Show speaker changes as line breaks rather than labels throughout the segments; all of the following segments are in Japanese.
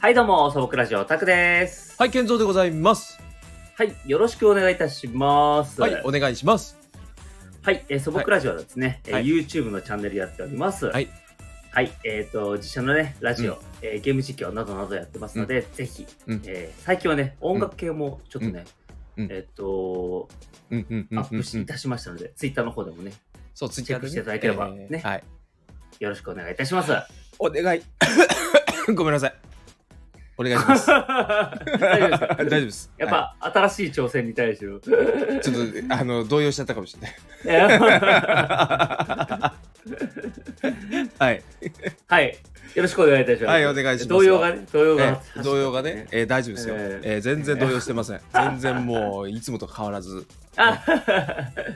はい、どうも、素朴ラジオ、タクです。
はい、健三でございます。
はい、よろしくお願いいたします。
はい、お願いします。
はい、えー、素朴ラジオはですね、えー
はい
YouTube のチャンネルやっております。
はい。
はい、えっ、と、自社のね、ラジオ、
うん
えーゲーム実況などなどやってますので、ぜひ、
うん
えー最近はね、音楽系もちょっとね、
うんうん
えっ、と、
うんうんうん
ア
うん
ップしいたしましたので、Twitter の方でもね、
そう、ツイッターで、
チェック
ね、
していただければね
えーはい。
よろしくお願いいたし ます。
お願い。 ごめんなさい。お願いします。
大丈夫ですか
大丈夫です。
やっぱ、新しい挑戦に対して の。
はい、ちょっとあの動揺しちゃったかもし れない。はい。
はい。よろしくお願いいたします。
はいお願いします
動揺がね、動揺が
え。ー動揺がね、えー大丈夫ですよ。
えー
えー全然動揺してません。全然もういつもと変わ らず、
あ、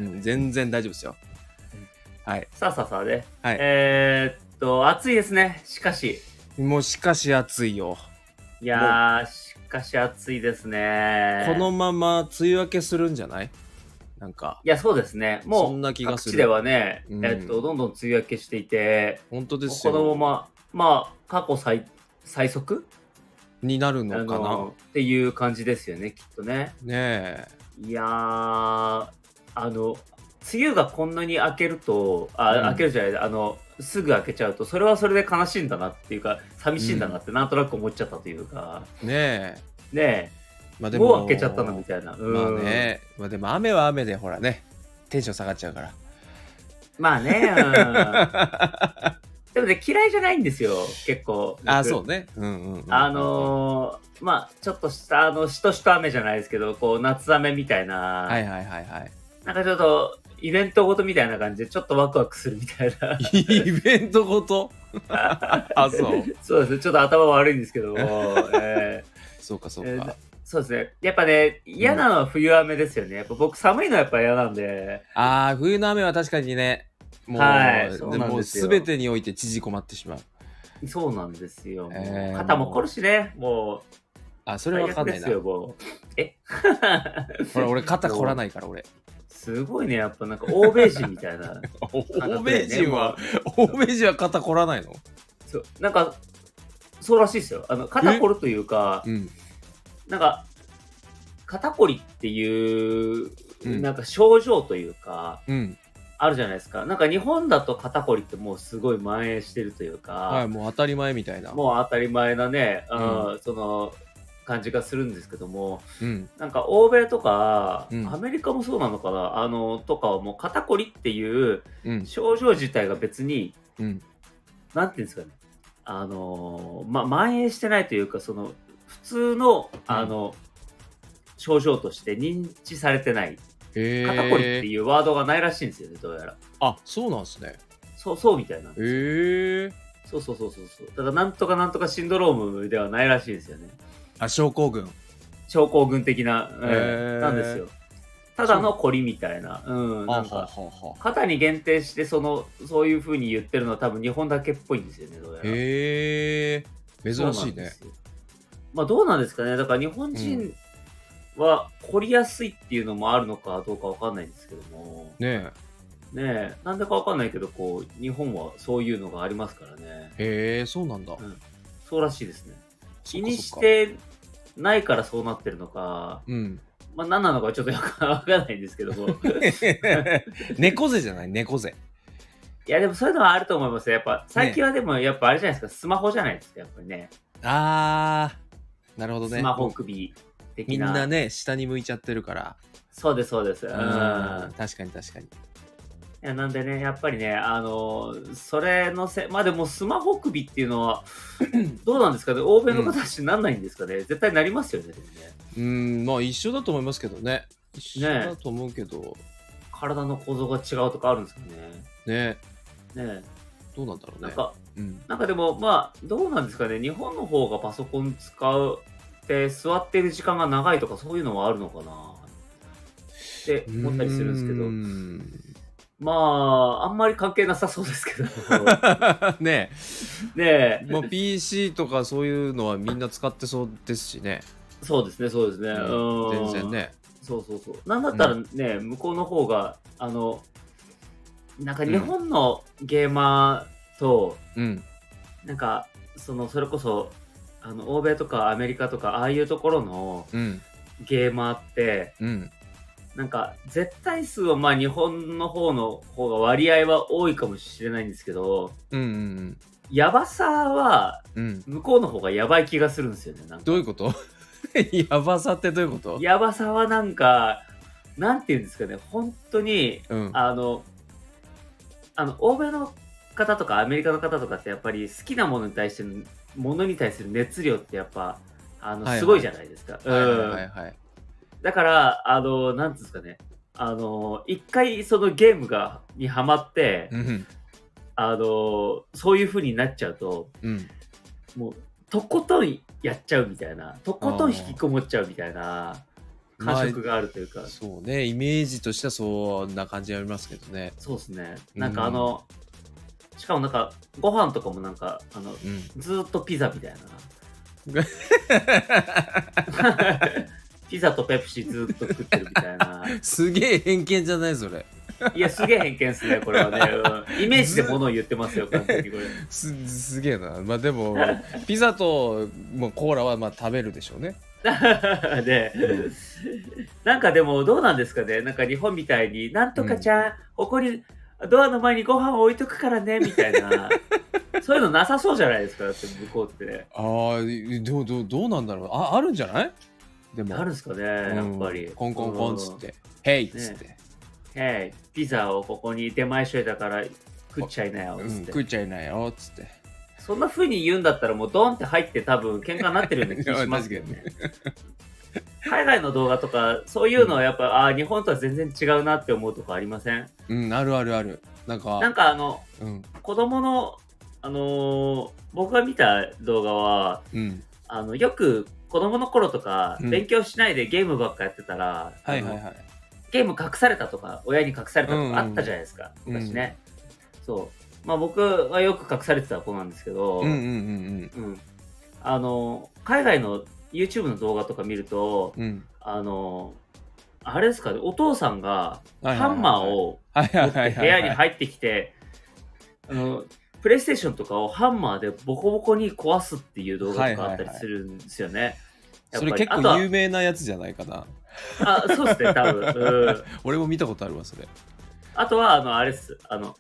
うん、全然大丈夫ですよ。はい。
さあさあさあね。
はい
えーっと、暑いですね。しかし。
もうしかし暑いよ。
いやー、しかし暑いですね。
このまま梅雨明けするんじゃないなんか、
いや、そうですね。もう、
そんな気がする
各地ではね、
うん
えーっと、どんどん梅雨明けしていて、
本当です
こ
よ。
のまま、まあ、過去最、最速
になる
あ
のかな
のっていう感じですよね、きっとね。
ねえ。
いやー、あの、梅雨がこんなに明けると、あ、
うん
明けるじゃない、あの、すぐ明けちゃうと、それはそれで悲しいんだなっていうか、寂しいんだなってなんとなく思っちゃったというか、
ね
ね
え。まあ
え、もう明けちゃったなみたいな。うん
まあ。ね。まあでも雨は雨でほらね、テンション下がっちゃうから。
まあ ね、うんでもね、嫌いじゃないんですよ、結構。僕
あそうね。うんうん、うん。
あのー、まあ、ちょっとした、あの、しとしと雨じゃないですけど、こう、夏雨みたいな、
はいはいはいはい。
なんかちょっと、イベントごとみたいな感じで、ちょっとワクワクするみたいな。
イベントごと あ、そう。
そうですね、ちょっと頭悪いんですけど も、えー
そうかそう
え
か
ー。そうですね、やっぱね、嫌なのは冬雨ですよね。やっぱ僕、寒いのはやっぱ嫌なんで、
ああ、冬の雨は確かにね、もう、
はい
で
そうなん
も
で
う
すよ
全てにおいて縮こまってしまう。
そうなんですよ。もう
えー
肩も凝るしね、もう、
あ、それわかんない
最悪で
な
す。よ、もう。え
ほら、俺肩凝らないから、俺。
すごいね、やっぱなんか欧米人みたいな。
欧米人は、欧米人は肩凝らないの
そうなんか、そうらしいですよ。あの肩こるというか
う、ん。
なんか、肩こりっていう、
うん
なんか症状というか、
うん。
あるじゃないですか。なんか日本だと肩こりってもうすごい蔓延してるというか、
はい、もう当たり前みたいな。
もう当たり前なね、
ん
うんその感じがするんですけども、
うん。
なんか欧米とか、
うん
アメリカもそうなのかな、あの、とかはもう肩こりっていう
うん。
症状自体が別に、
うん。
なんていうんですかね、あのーま、蔓延してないというか、その、普通の、あの、症状として認知されてない、
へえ。
肩こりっていうワードがないらしいんですよね、どうやら。
あ、そうなんですね。
そう、そうみたいな。
へえ。
そうそうそうそうそう。だから、なんとかなんとかシンドロームではないらしいんですよね。
あ、症候群。
症候群的な、うん
へー
なんですよ。ただのコリみたいな。うん、なんか、
はは。
肩に限定して、その、そういう風に言ってるのは多分日本だけっぽいんですよね、どうやら。
へえ。珍しいね。。
まあどうなんですかね。だから日本人は凝りやすいっていうのもあるのかどうかわかんないんですけども。
ね
ねえ、なんでかわかんないけど、こう、日本はそういうのがありますからね。
え。へえ、そうなんだ。
そうらしいですね。
そ
気
っか
に
そ
し
っか。
てないからそうなってるのか、
うん。
まあ何なのかちょっとよくわかんないんですけども。い
猫背じゃない猫背。
やでもそういうのはあると思いますよやっぱ最近はでもやっぱあれじゃないですか、スマホじゃないですか、やっぱりね。
あー、なるほどね。
スマホ
もう
首的な。
みんなね、下に向いちゃってるから。
そうです、そうです。うん
うん。確かに確かに。
いやなんでね、やっぱりね、あのそれのせ、まあでもスマホ首っていうの は、どうなんですかね、欧米の方たちなんないんですかね、絶対なりますよね、でもね
うん、まあ一緒だと思いますけどね。一緒
ねえ
だと思うけど、
体の構造が違うとかあるんですか
ね
ね。ね
どうなんだろう
な
ね。
んか、
うん。
なんかでも、まあ、どうなんですかね、日本の方がパソコン使うって、座ってる時間が長いとか、そういうのはあるのかなって思ったりするんですけど、
ど。
まあ、あんまり関係なさそうですけど、
ね
ねえ
え、。まあ、PC とかそういうのはみんな使ってそうですしね。
そうですね、そうですね。うん
全然ね。
そうそうそう。なんだったらね、向こうの方が、あの、なんか日本のゲーマーと、
うん。
なんか、その、それこそ、あの欧米とかアメリカとかああいうところの
うん
ゲーマーって
うん
なんか絶対数はまあ日本の方の方が割合は多いかもしれないんですけど
うんうん
やばさは
うんうん
向こうの方がやばい気がするんですよねなんか
どういうこと やばさってどういうこと
やばさはなんかなんていうんですかね本当に
うん
あのあの欧米の方とかアメリカの方とかってやっぱり好きなものに対してのものに対する熱量ってやっぱあの
はいはい
すごいじゃないですか。
はいは
うん
いはいはい
だからあのなんていうんですかねあの一回そのゲームがにハマって、
うん
あのそういう風になっちゃうと
うん
もうとことんやっちゃうみたいなとことん引きこもっちゃうみたいな感触があるというか、
そうねイメージとしてはそんな感じありますけどね
そうですねなんかあの、しかもなんかご飯とかもなんかあの
うん
ずーっとピザみたい なピザとペプシずーっと食ってるみたいな
すげえ偏見じゃないそれ
いやすげえ偏見っすねこれはね、うんイメージで物を言ってますよ完全にこれ
すすげえなまあで もピザと、まあ、コーラはまあ食べるでしょうね
で、なんかでもどうなんですかねなんか日本みたいに、なんとかちゃん、ここに、ドアの前にご飯を置いとくからね、みたい な。そういうのなさそうじゃないですか、だって向こうって。
ああどうどうどうなんだろうああるんじゃないでも
あるんですかね、やっぱり。
うんコンコンコンっつって「ヘイ!」っつって、
うん。へいピザをここに出前しといたから食っちゃいなよ、
う
つっ
ん、
て。
食っちゃいないよっつって
そんな風に言うんだったら、もうドンって入って多分喧嘩になってるような気がしますけど
いや
ね。海外の動画とか、そういうのはやっぱ、ああ、日本とは全然違うなって思うとこありません
うんあるあるあるなんか
なんかあの、
うん
子供の、あのー僕が見た動画は、
うん
あの、よく子供の頃とか、
うん
勉強しないでゲームばっかやってたら、
はいはい
あの
はい
ゲーム隠されたとか、親に隠されたとかあったじゃないですか、
うんうん
昔ね。そう。まあ僕はよく隠されてた子なんですけど、
うんうんうん
うんあの、海外の YouTube の動画とか見ると、
うんうん
あの、あれですかね、お父さんが
はいはいはい
ハンマーを
はいはい
持
は
っ
い
て
はい
部屋に入ってきて、あの、プレイステーションとかをハンマーでボコボコに壊すっていう動画とかあったりするんですよね。やっ
そ
ぱり
れ結
あとは
構有名なやつじゃないかな
あ、そうですね、多分。 うん
俺も見たことあるわそれ
あとは、あの、あれです。あの、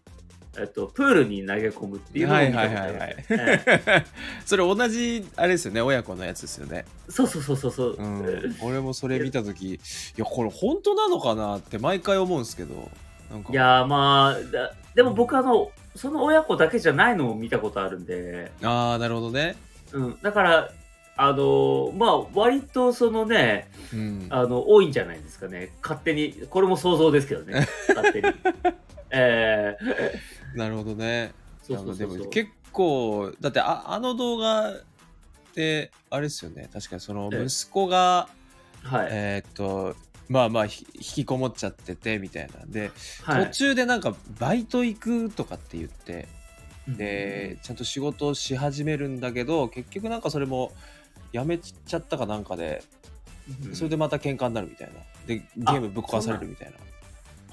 えっと、プールに投げ込むっていうのを見たことありますねええ
それ同じあれですよね親子のやつですよね、
そうそうそうそうそう。
うん、俺もそれ見た時いやこれ本当なのかなって毎回思うんですけどなん
い
か
やーまあだでも僕あのその親子だけじゃないのを見たことあるんで、
ああなるほどね、
うん、だからあのーまあ割とそのね
うん、
あの多いんじゃないですかね勝手にこれも想像ですけど ね勝手にえー、
なるほどね
そうそうそう
なんか
そ
でも
う
結構だってああの動画ってあれですよね確かにその
ええ
息子が
はい、
えーっとまあまあひ引きこもっちゃっててみたいなんで、
は
途
い、
中でなんかバイト行くとかって言ってでちゃんと仕事をし始めるんだけど結局なんかそれも辞めちゃったかなんかで
うん
それでまた喧嘩になるみたいなでゲームぶっ壊されるみたいな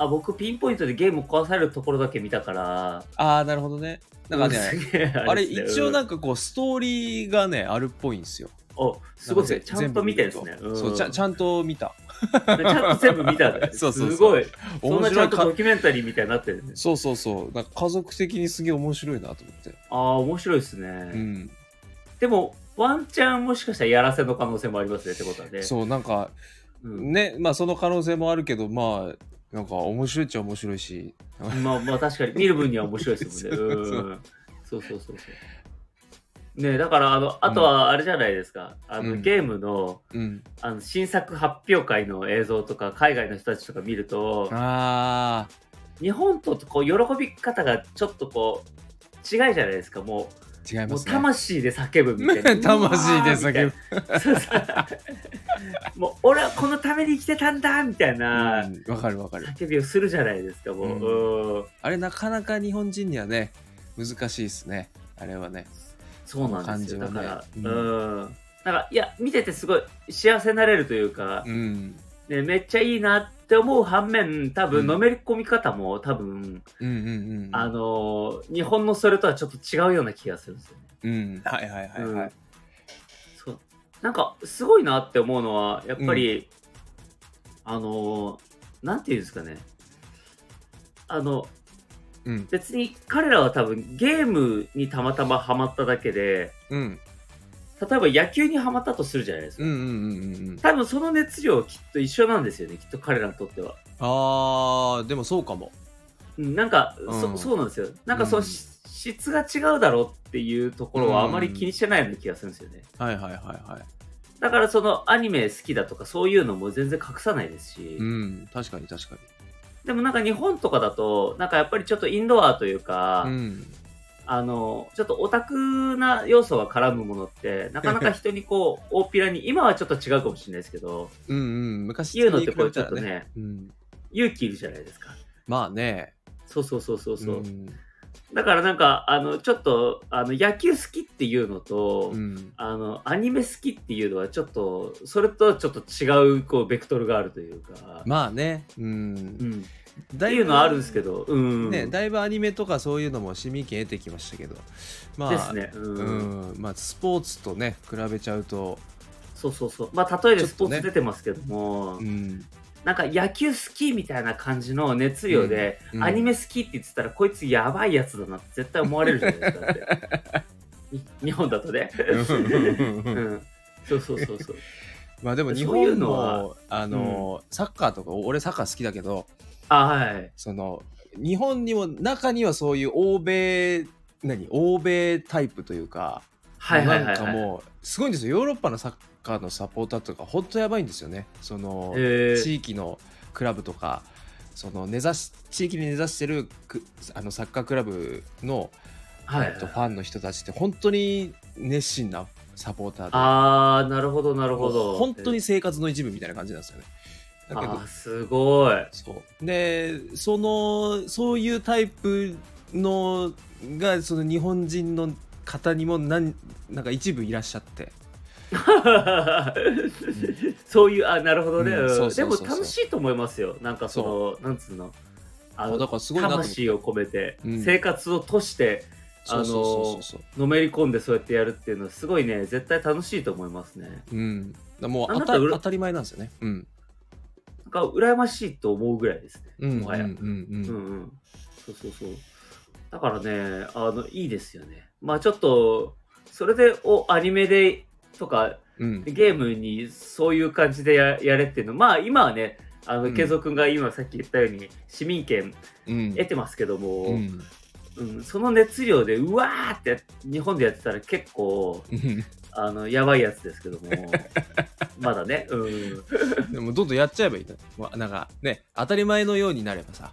あ僕ピンポイントでゲーム壊されるところだけ見たから
ああーなるほどねなんか
う
ね
すげえ
あれ一応なん
か
んかこうストーリーがねあるっぽいんですよ
おすごいですね
なんか
ち
ぜ
ゃんと見てるんですね
全部見るとそうちゃんち
ゃ
ゃんと見た
ちゃんと全部見たんだ
そうそうそう
すごいそん
面
なちゃん
白い
と
か
ドキュメンタリーみたいになってるね。
そうそうそうなんか家族的にすげえ面白いなと思って
ああ、面白いですね。
うん
でも、ワンチャンもしかしたらやらせの可能性もありますねってことはね。
そうなんか
うん
ねまあその可能性もあるけどまあなんか面白いっちゃ面白いし
まあまあ確かに見る分には面白いですもんね。
そうそ
う
う
んそうそうそうそう。ねだからあの、あとはあれじゃないですか。あ
う
の
ん
ゲームの
うん
あの新作発表会の映像とか、海外の人たちとか見ると、
ああ
日本とこう喜び方がちょっとこう、違いじゃないですか。も、
違いう
も
ま
う
すね
魂で叫ぶみたいな。
魂で叫
うわーみ
ぶ
たいな。そうそうもう、俺はこのために生きてたんだみたいな。
うんわかるわかる
叫びをするじゃないですかもう、うん
あれなかなか日本人にはね難しいですねあれはね
そうなんですよ、
感
だ
じ
か
はね
ら、う
う
ん、
ん
なんかいや見ててすごい幸せになれるというか、
うん
ね、めっちゃいいなって思う反面多分
うん
のめり込み方も多分、
うんうんうん
あのー日本のそれとはちょっと違うような気がするんですよね、
うんはいはいはいはい、
うんなんかすごいなって思うのはやっぱり、あのなんていうんですかねあの
うん
別に彼らは多分ゲームにたまたまハマっただけで
うん
例えば野球にハマったとするじゃないですか、
うんうんうんうんうん
多分その熱量きっと一緒なんですよねきっと彼らにとっては、
あーでもそうかも
うん、なんか、
う
そ
ん
そうなんですよなんかその、
うん
質が違うだろうっていうところはあまり気にしてないような気がするんですよね
はいはいはいは
だからそのアニメ好きだとかそういうのも全然隠さないですし、
いうん確かに確か
でもなんか日本とかだとなんかやっぱりちょっとインドアというか、
にうん
あのちょっとオタクな要素が絡むものってなかなか人にこ う大っぴらに今はちょっと違うかもしれないですけど
うんうん昔
言うのって
に比
こ
べ
うち
た
ょっ
ら
とね
うん
勇気いるじゃないですか
まあね
そうそうそうそうそう、
ん
だからなんかあのちょっとあの野球好きっていうのと、
うん
あのアニメ好きっていうのはちょっとそれとはちょっと違うこうベクトルがあるというか、
まあねう
うんん、っ
って
ていうのはあるんですけど、うんうん、
ねだいぶアニメとかそういうのも市民権得てきましたけどまあ
ですね、うん
うんまあスポーツとね比べちゃうと
そうそうそうまあ例えでスポー
ちょ
ツ
っとね
出てますけども、
うん
なんか野球好きみたいな感じの熱量で、
うんうん
アニメ好きって言ってたらこいつやばいやつだなって絶対思われるじゃないですかだっ てに日本だとね、うん、そうそうそうそう
まあでも日
そうい
本
うのは
もあの、サッカーとか俺サッカー好きだけど
あはい
その日本にも中にはそういう欧米何欧米タイプというか、
はいはいはい
なんか
はい
もうすごいんですよヨーロッパのサッカーのサポーターとか本当やばいんですよねその、
えー
地域のクラブとかその根ざし地域に根ざしてるくあのサッカークラブの、
はい
えっとファンの人たちって本当に熱心なサポーターで
ああなるほどなるほど
本当に生活の一部みたいな感じなんですよね。
あ
だけど
ーすごい
そうでそのそういうタイプのがその日本人の方にもなんなんか一部いらっしゃって、
そういうあなるほどね、
うんそ
で
うそうそう
も
そう
楽しいと思いますよなんかそのなんつうのあ
あだ
の
からすごいなと思って
魂を込めて、
うん
生活をとしてあのー
そうそうそうそう
のめり込んでそうやってやるっていうのはすごいね絶対楽しいと思いますね
うん、だからもう
あ
あ
な
た
たうら
当たり前なんですよね。うん
なんか羨ましいと思うぐらいですね、
うん
もはや、
う
うんん
うん
う
うん
んそうそうそうだからねあのいいですよねまあちょっとそれでおアニメでとか
うん
ゲームにそういう感じでややれっていうのまあ今はねあ
う
の
ん
ケゾ君が今さっき言ったように市民権
うん
得てますけども、
う
うん
ん
その熱量でうわーって日本でやってたら結構あのやばいやつですけど もまだねうん
でもどんどんやっちゃえばいいんだもうなんかね当たり前のようになればさ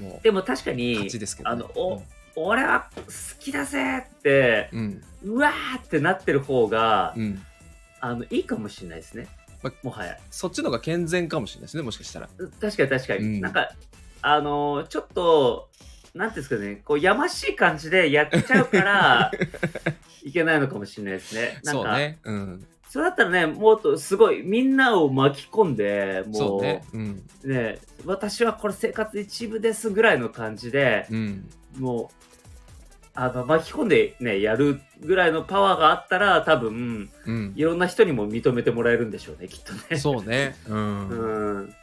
もう
でも確かに
勝ちですけど、
あのお俺は好きだぜって
うん
うわーってなってる方が
うん、うん
あのいいかもしれないですね
ま
もはや
そっちの方が健全かもしれないですねもしかしたら
確かに確かに、
うん
なんかあのーちょっとなんていうんですかねこうやましい感じでやっちゃうから いけないのかもしれないですねなん
そ
か
うねうん
それだったらねもっとすごいみんなを巻き込んで
そ
も
う
う
ねうん
ね私はこれ生活一部ですぐらいの感じで、
うん
もうあの巻き込んでねやるぐらいのパワーがあったら多分
うん
いろんな人にも認めてもらえるんでしょうねきっとね
そうねうん
うん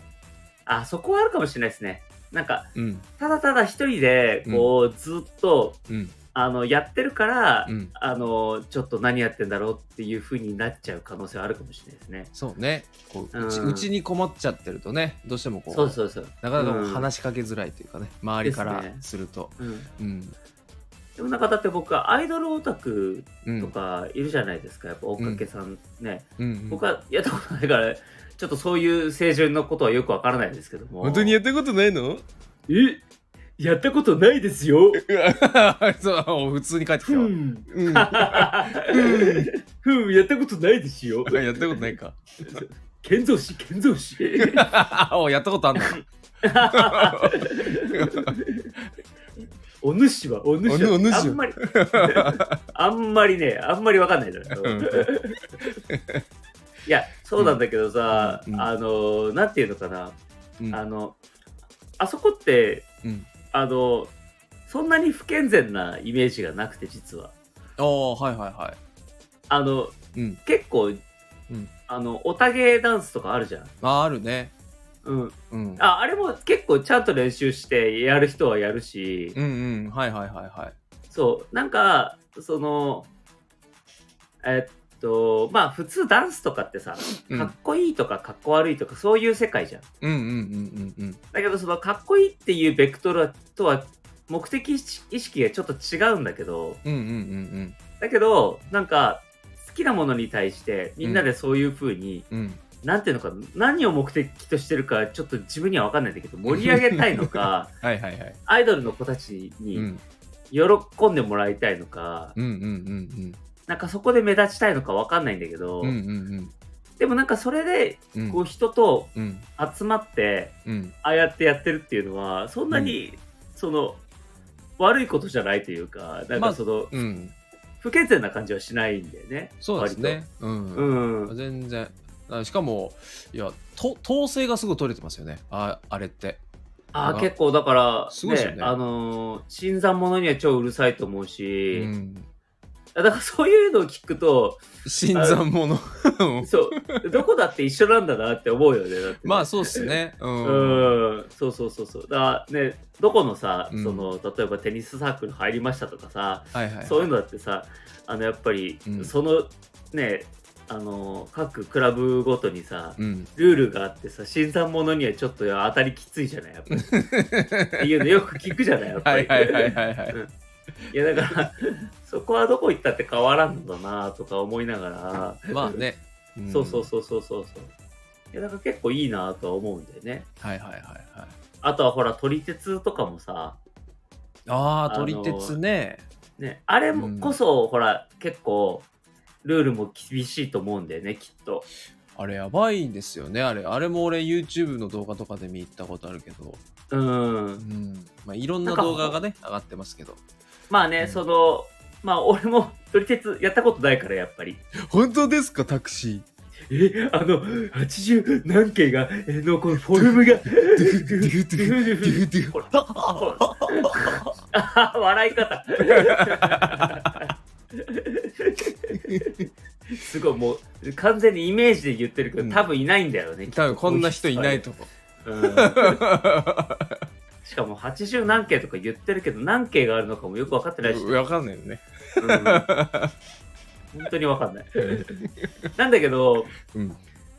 あそこはあるかもしれないですねなんか
うん
ただただ一人でこう、ずっと
うん
あのやってるから、
うん
あのちょっと何やってんだろうっていう風になっちゃう可能性はあるかもしれないですね
そうねこううち
うん
うちにこもっちゃってるとねどうしてもこう
そうそうそう、
なかなかこう
うん
話しかけづらいというかね周りか
ですね
らすると、
うん、
うん
でもなんかだって僕はアイドルオタク
うん
とかいるじゃないですかやっぱ追っかけさんね、
うんうん
僕はやったことないからちょっとそういう清純のことはよくわからないですけども
本当にやったことないの
えやったことないですよ
うわ そう普通に帰って
ふ
きたわ。
ん
うん
ふんやったことないですよ
あやったことないか。
健三氏健三氏
おやったことあんの。
お主はお主は
お主は
あんまりあんまりねあんまりわかんないだろ
うん
いやそうなんだけどさ、
うんうん
あのなんていうのかな、
うん
あのあそこって
うん。
あのそんなに不健全なイメージがなくて実は
ああはいはいは
あの
い。うん
結構
うん
あの、おたげダンスとかあるじゃん。
ああるね
うん。
うん
あ、あれも結構ちゃんと練習してやる人はやるし、
うんうんはいはいはいはい
そう、なんか、その、えっと、まあ普通ダンスとかってさ、
うん
かっこいいとかかっこ悪いとかそういう世界じゃん。
うんうんうんうんうん
だけどそのかっこいいっていうベクトルとは目的意識がちょっと違うんだけど、
うんうんうん
だけど、なんか好きなものに対してみんなでそういう風に、
うんうん
なんていうのか、何を目的としてるかちょっと自分には分かんないんだけど、盛り上げたいの か、
はいはいはい
アイドルの子たち
う
に
ん
喜んでもらいたいのか、
うんうん
なんかそこで目立ちたいのか分かんないんだけど、
うんうんうんうん
でもなんかそれで
うん
こう人と
うん
集まって
うん
ああやってやってるっていうのはそんなにその悪いことじゃないというかなんか
まあ
その
うん
不健全な感じはしないんだよね。
そうですねうん
割と。うん。
全然あしかもいやと統制がすごい取れてますよねああれって
あ
ま
あ
あ
結構だから、
すごいですよね
あのー新参者には超うるさいと思うし、
うん
だからそういうのを聞くと、
新参者
そう、どこだって一緒なんだなって思うよね。だってね
まあそうですねうん
うん、そうそうそうそう。だからね、どこのさ、
うん
その例えばテニスサークル入りましたとかさ、
はいはい
そういうのだってさ、あのやっぱり、
うん
そのね、あの各クラブごとにさ、
うん
ルールがあってさ、新参者にはちょっと当たりきついじゃない、やっぱ り。っていうのよく聞くじゃない、やっぱ
は
り。
いはいはいはいはい
いやだから、そこはどこ行ったって変わらんのだなとか思いながら、
まあね、ん
そうそうそうそうそうそう。いやだから結構いいなとは思うんだよね。
はいはいはいはい
あとはほら、撮り鉄とかもさ、
ああ
あの
撮り鉄ね
ね、あれもこそ、ほら、結構、ルールも厳しいと思うんだよね、きっと。
あれやばいんですよねあれあれも俺 YouTube の動画とかで見に行ったことあるけど、
う。
うんんまあ、いろん
な
なん
か
動画がね上がってますけど
まあね、
うん
その、まあ俺も撮り鉄やったことないから、やっぱり。
本当ですかタクシ
え、あの、80何件が、えの、このフォルムが、ほら、ほらあ笑い方。すごい、もう、完全にイメージで言ってるけ
う
ど、
ん
多分いないんだよね。きっと
多分こんな人いないと思う
うんしかも80何件とか言ってるけど何件があるのかもよく分かってないし、
分かんないよね
うん本当に分かんないなんだけど
うん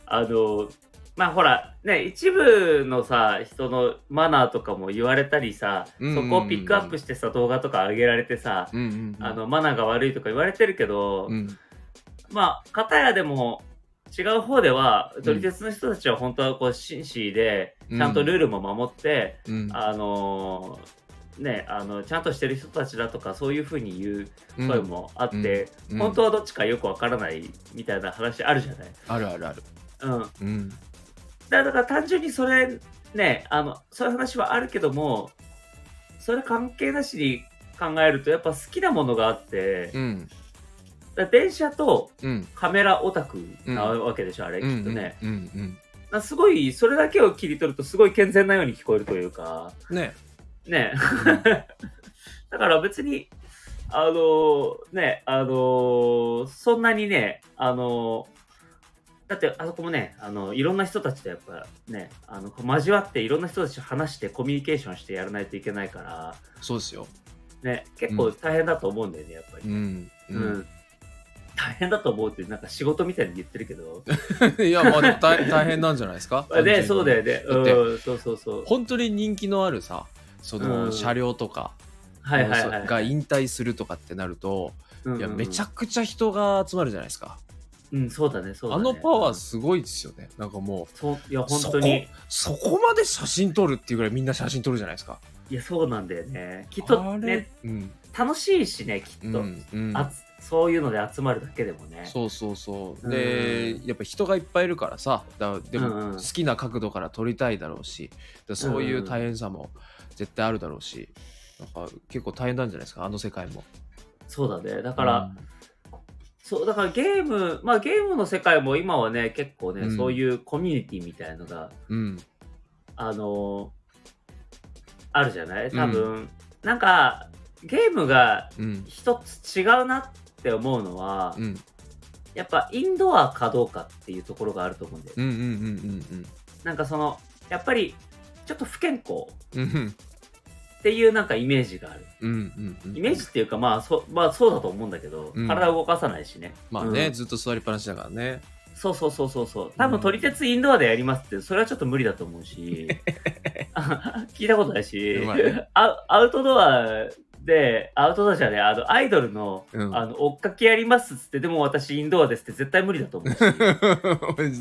あのまあほらね一部のさ人のマナーとかも言われたりさ
うんうん
そ
うん
こをピックアップしてさ動画とか上げられてさ
うんうんうん
あのマナーが悪いとか言われてるけど、
うん
まあ片やでも違う方では撮り鉄の人たちは本当はこう紳士でちゃんとルールも守って、
うん
あのーねあのちゃんとしてる人たちだとかそういうふうに言う声もあって、
うん
本当はどっちかよくわからないみたいな話あるじゃない。
あるあるある
うん、
うん
だだから単純にそれねあのそういう話はあるけどもそれ関係なしに考えるとやっぱ好きなものがあって、
うん
だから電車と
うん
カメラオタクなわけでしょ、あれきっ
う
とね。
んうんうん
だからすごいそれだけを切り取るとすごい健全なように聞こえるというか。
うんね
ねだから別に、あのね、あのそんなにね、あのだってあそこもね、あのいろんな人たちとやっぱね、あの交わっていろんな人たちと話してコミュニケーションしてやらないといけないから、
そうですよ
ね、結構大変だと思うんだよね、やっぱ
う
り。
んう
うんん大変だと思うって、なんか仕事みたいに言ってるけ ど。
いやまあでも大大変なんじゃないですか
ね、そうだよね。
だって
うん、そうそうそう。
本当に人気のあるさそ
うん
の車両とか、
はいはいはい。
が引退するとかってなると、
うんうんうん
いやめちゃくちゃ人が集まるじゃないですか、
うん、そうだね、そうだ
あ
ね。
のパワーすごいですよねなんかもう
そう、いや、本当に。
そこそこまで写真撮るっていうぐらいみんな写真撮るじゃないですか
いや、そうなんだよね。きっと
あれ
ね、
うん
楽しいしね、き
う
っと。
んうん
あつそういうので集まるだけでもね。
そうそうそう
う
でやっぱ人がいっぱいいるからさだで
うんうん
も好きな角度から撮りたいだろうしでそういう大変さも絶対あるだろうしなんか結構大変なんじゃないですかあの世界も
そうだね。だから、そう、だからゲーム、まあゲームの世界も今はね、結構ね、
うん
そういうコミュニティみたいのが、
うん
あのーあるじゃない多分、なんか、ゲームが
うん
一つ違うなって思うのは、
うん
やっぱインドアかどうかっていうところがあると思うんで、
うんうんうん
なんかその、やっぱりちょっと不健康
うんうんうん
っていうなんかイメージがある。
うんうんうん
イメージっていうか、まあそ、まあそうだと思うんだけど、
うん
体を動かさないしね。
まあね、
うん
ずっと座りっぱなしだからね
そうそうそうそうそう。多分撮り鉄インドアでやりますって、それはちょっと無理だと思うし、あ 聞いたことないし
まあね、
アアウトドアで、アウトドアじゃねあの、アイドルの、
うん
あの、追っかけやりますっつって、でも私インドアですって絶対無理だと 思うし。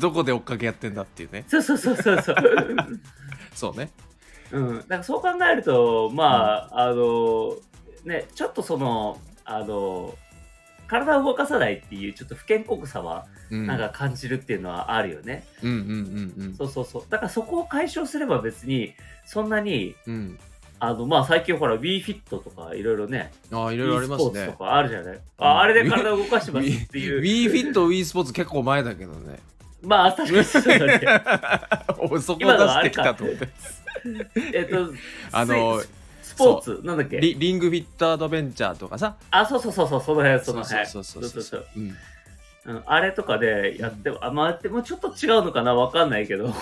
どこで追っかけやってんだっていうね
そうそうそうそうそう。
そうね
うん、だからそう考えると、まあ、あの、ね、ちょっとその、あの、体を動かさないっていうちょっと不健康さは
うん
なんか感じるっていうのはあるよね。
うんうんうんうん
そうそうそう。だからそこを解消すれば別にそんなに、
うん
あの、まあ最近ほら WeFit とかいろいろね、
ああい
い
ろいろありますね
とかあるじゃない。ああれで体を動かしてますってい
w
う。
e フィット w e スポーツ結構前だけどね
まあ確かにそうだね。
おそこ出
今のは
し
あ
て
れ
き
か
たと思って
えっと、
あの
ススポーツ、なんだっけ
リリングフィットアドベンチャーとかさ
あ、そうそうそうそう、その辺、そ
そ
の
うそ
辺。
うそうそうそう
そう
うん
うんあれとかでやって、あ、まあ、でもちょっと違うのかなわかんないけど。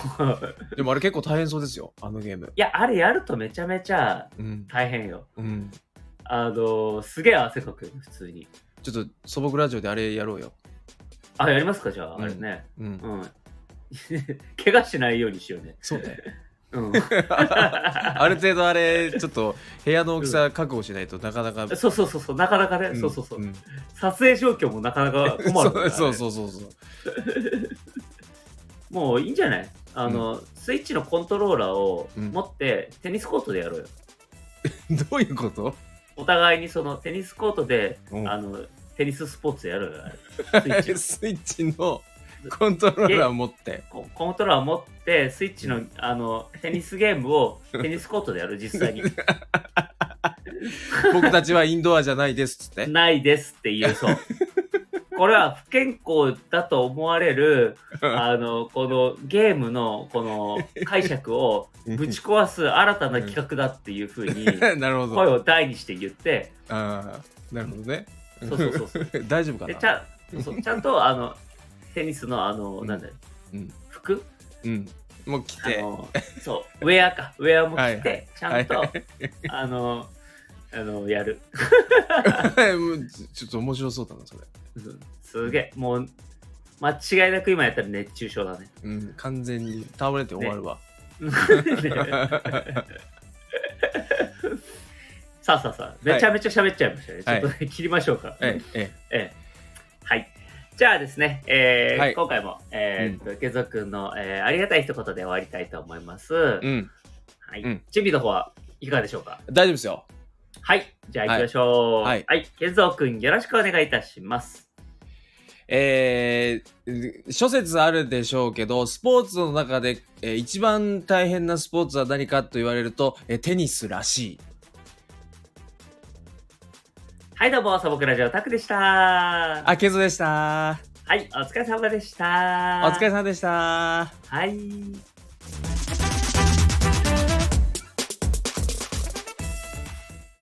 い
でもあれ結構大変そうですよあのゲーム
や、あれやるとめちゃめちゃ
うん
大変よ。
うん
あの、すげえ汗かくよ、普通に。
ちょっと素朴ラジオであれやろうよ
あ、やりますか、じゃあ、
うん
あれね。
うん
うん。 怪我しないようにしようね。
そうね
うん。
ある程度あれちょっと部屋の大きさ覚悟しないとなかなか
そうそうそうそう、なかなかね、
ん
そうそうそう、
ん
撮影状況もなかなか困る
そ
んだよ
う
ね
そうそうそうそう
もういいんじゃないあの、スイッチのコントローラーを持って、テニスコートでやろうよ。
どういうこと
お互いにそのテニスコートで、
うん
あの、テニススポーツやろうよ、 あれスイッチの
スイッチのコントローラーを持 って
ココントローラーを持って、スイッチのあのテニスゲームをテニスコートでやる、実際に。
僕たちはインドアじゃないですっつって
ないですっていう、そう。これは不健康だと思われる、あの、このゲームのこの解釈をぶち壊す新たな企画だっていうふうに、
なるほ
声
ど
を大にして言って、
あーなるほどね
そうそうそうそう
大丈夫か
でち
な
ゃんそうちゃんと、あの、テニスの、あの、なんだよ、
うん
服
うんもう来
あ
て
の そうウェアかウェアも
はい
着
は
てちゃんと、
は
あのあのやる
もうちょっと面白そうだなそれ
すげえもう間違いなく今やったら熱中症だね
うん完全に倒れて終わるわ
さあさあさあめちゃめちゃ喋っちゃいましたね、
はい
ちょっと、ね、切りましょうか
えええ
ええはいじゃあですね、えー
はい
今回も、えーゲゾ君の、えーありがたい一言で終わりたいと思います、
えうん
はい
うん
準備の方はいかがでしょうか
大丈夫ですよ
はいじゃあ行きましょう
は
はいい、ゲゾ君よろしくお願いいたします
えー諸説あるでしょうけどスポーツの中で、えー一番大変なスポーツは何かと言われると、えーテニスらしい
はい、どうも、サボクラジオタクでした。は
あけずでした
い、お疲れ様でした。
お疲れ様でした
はい。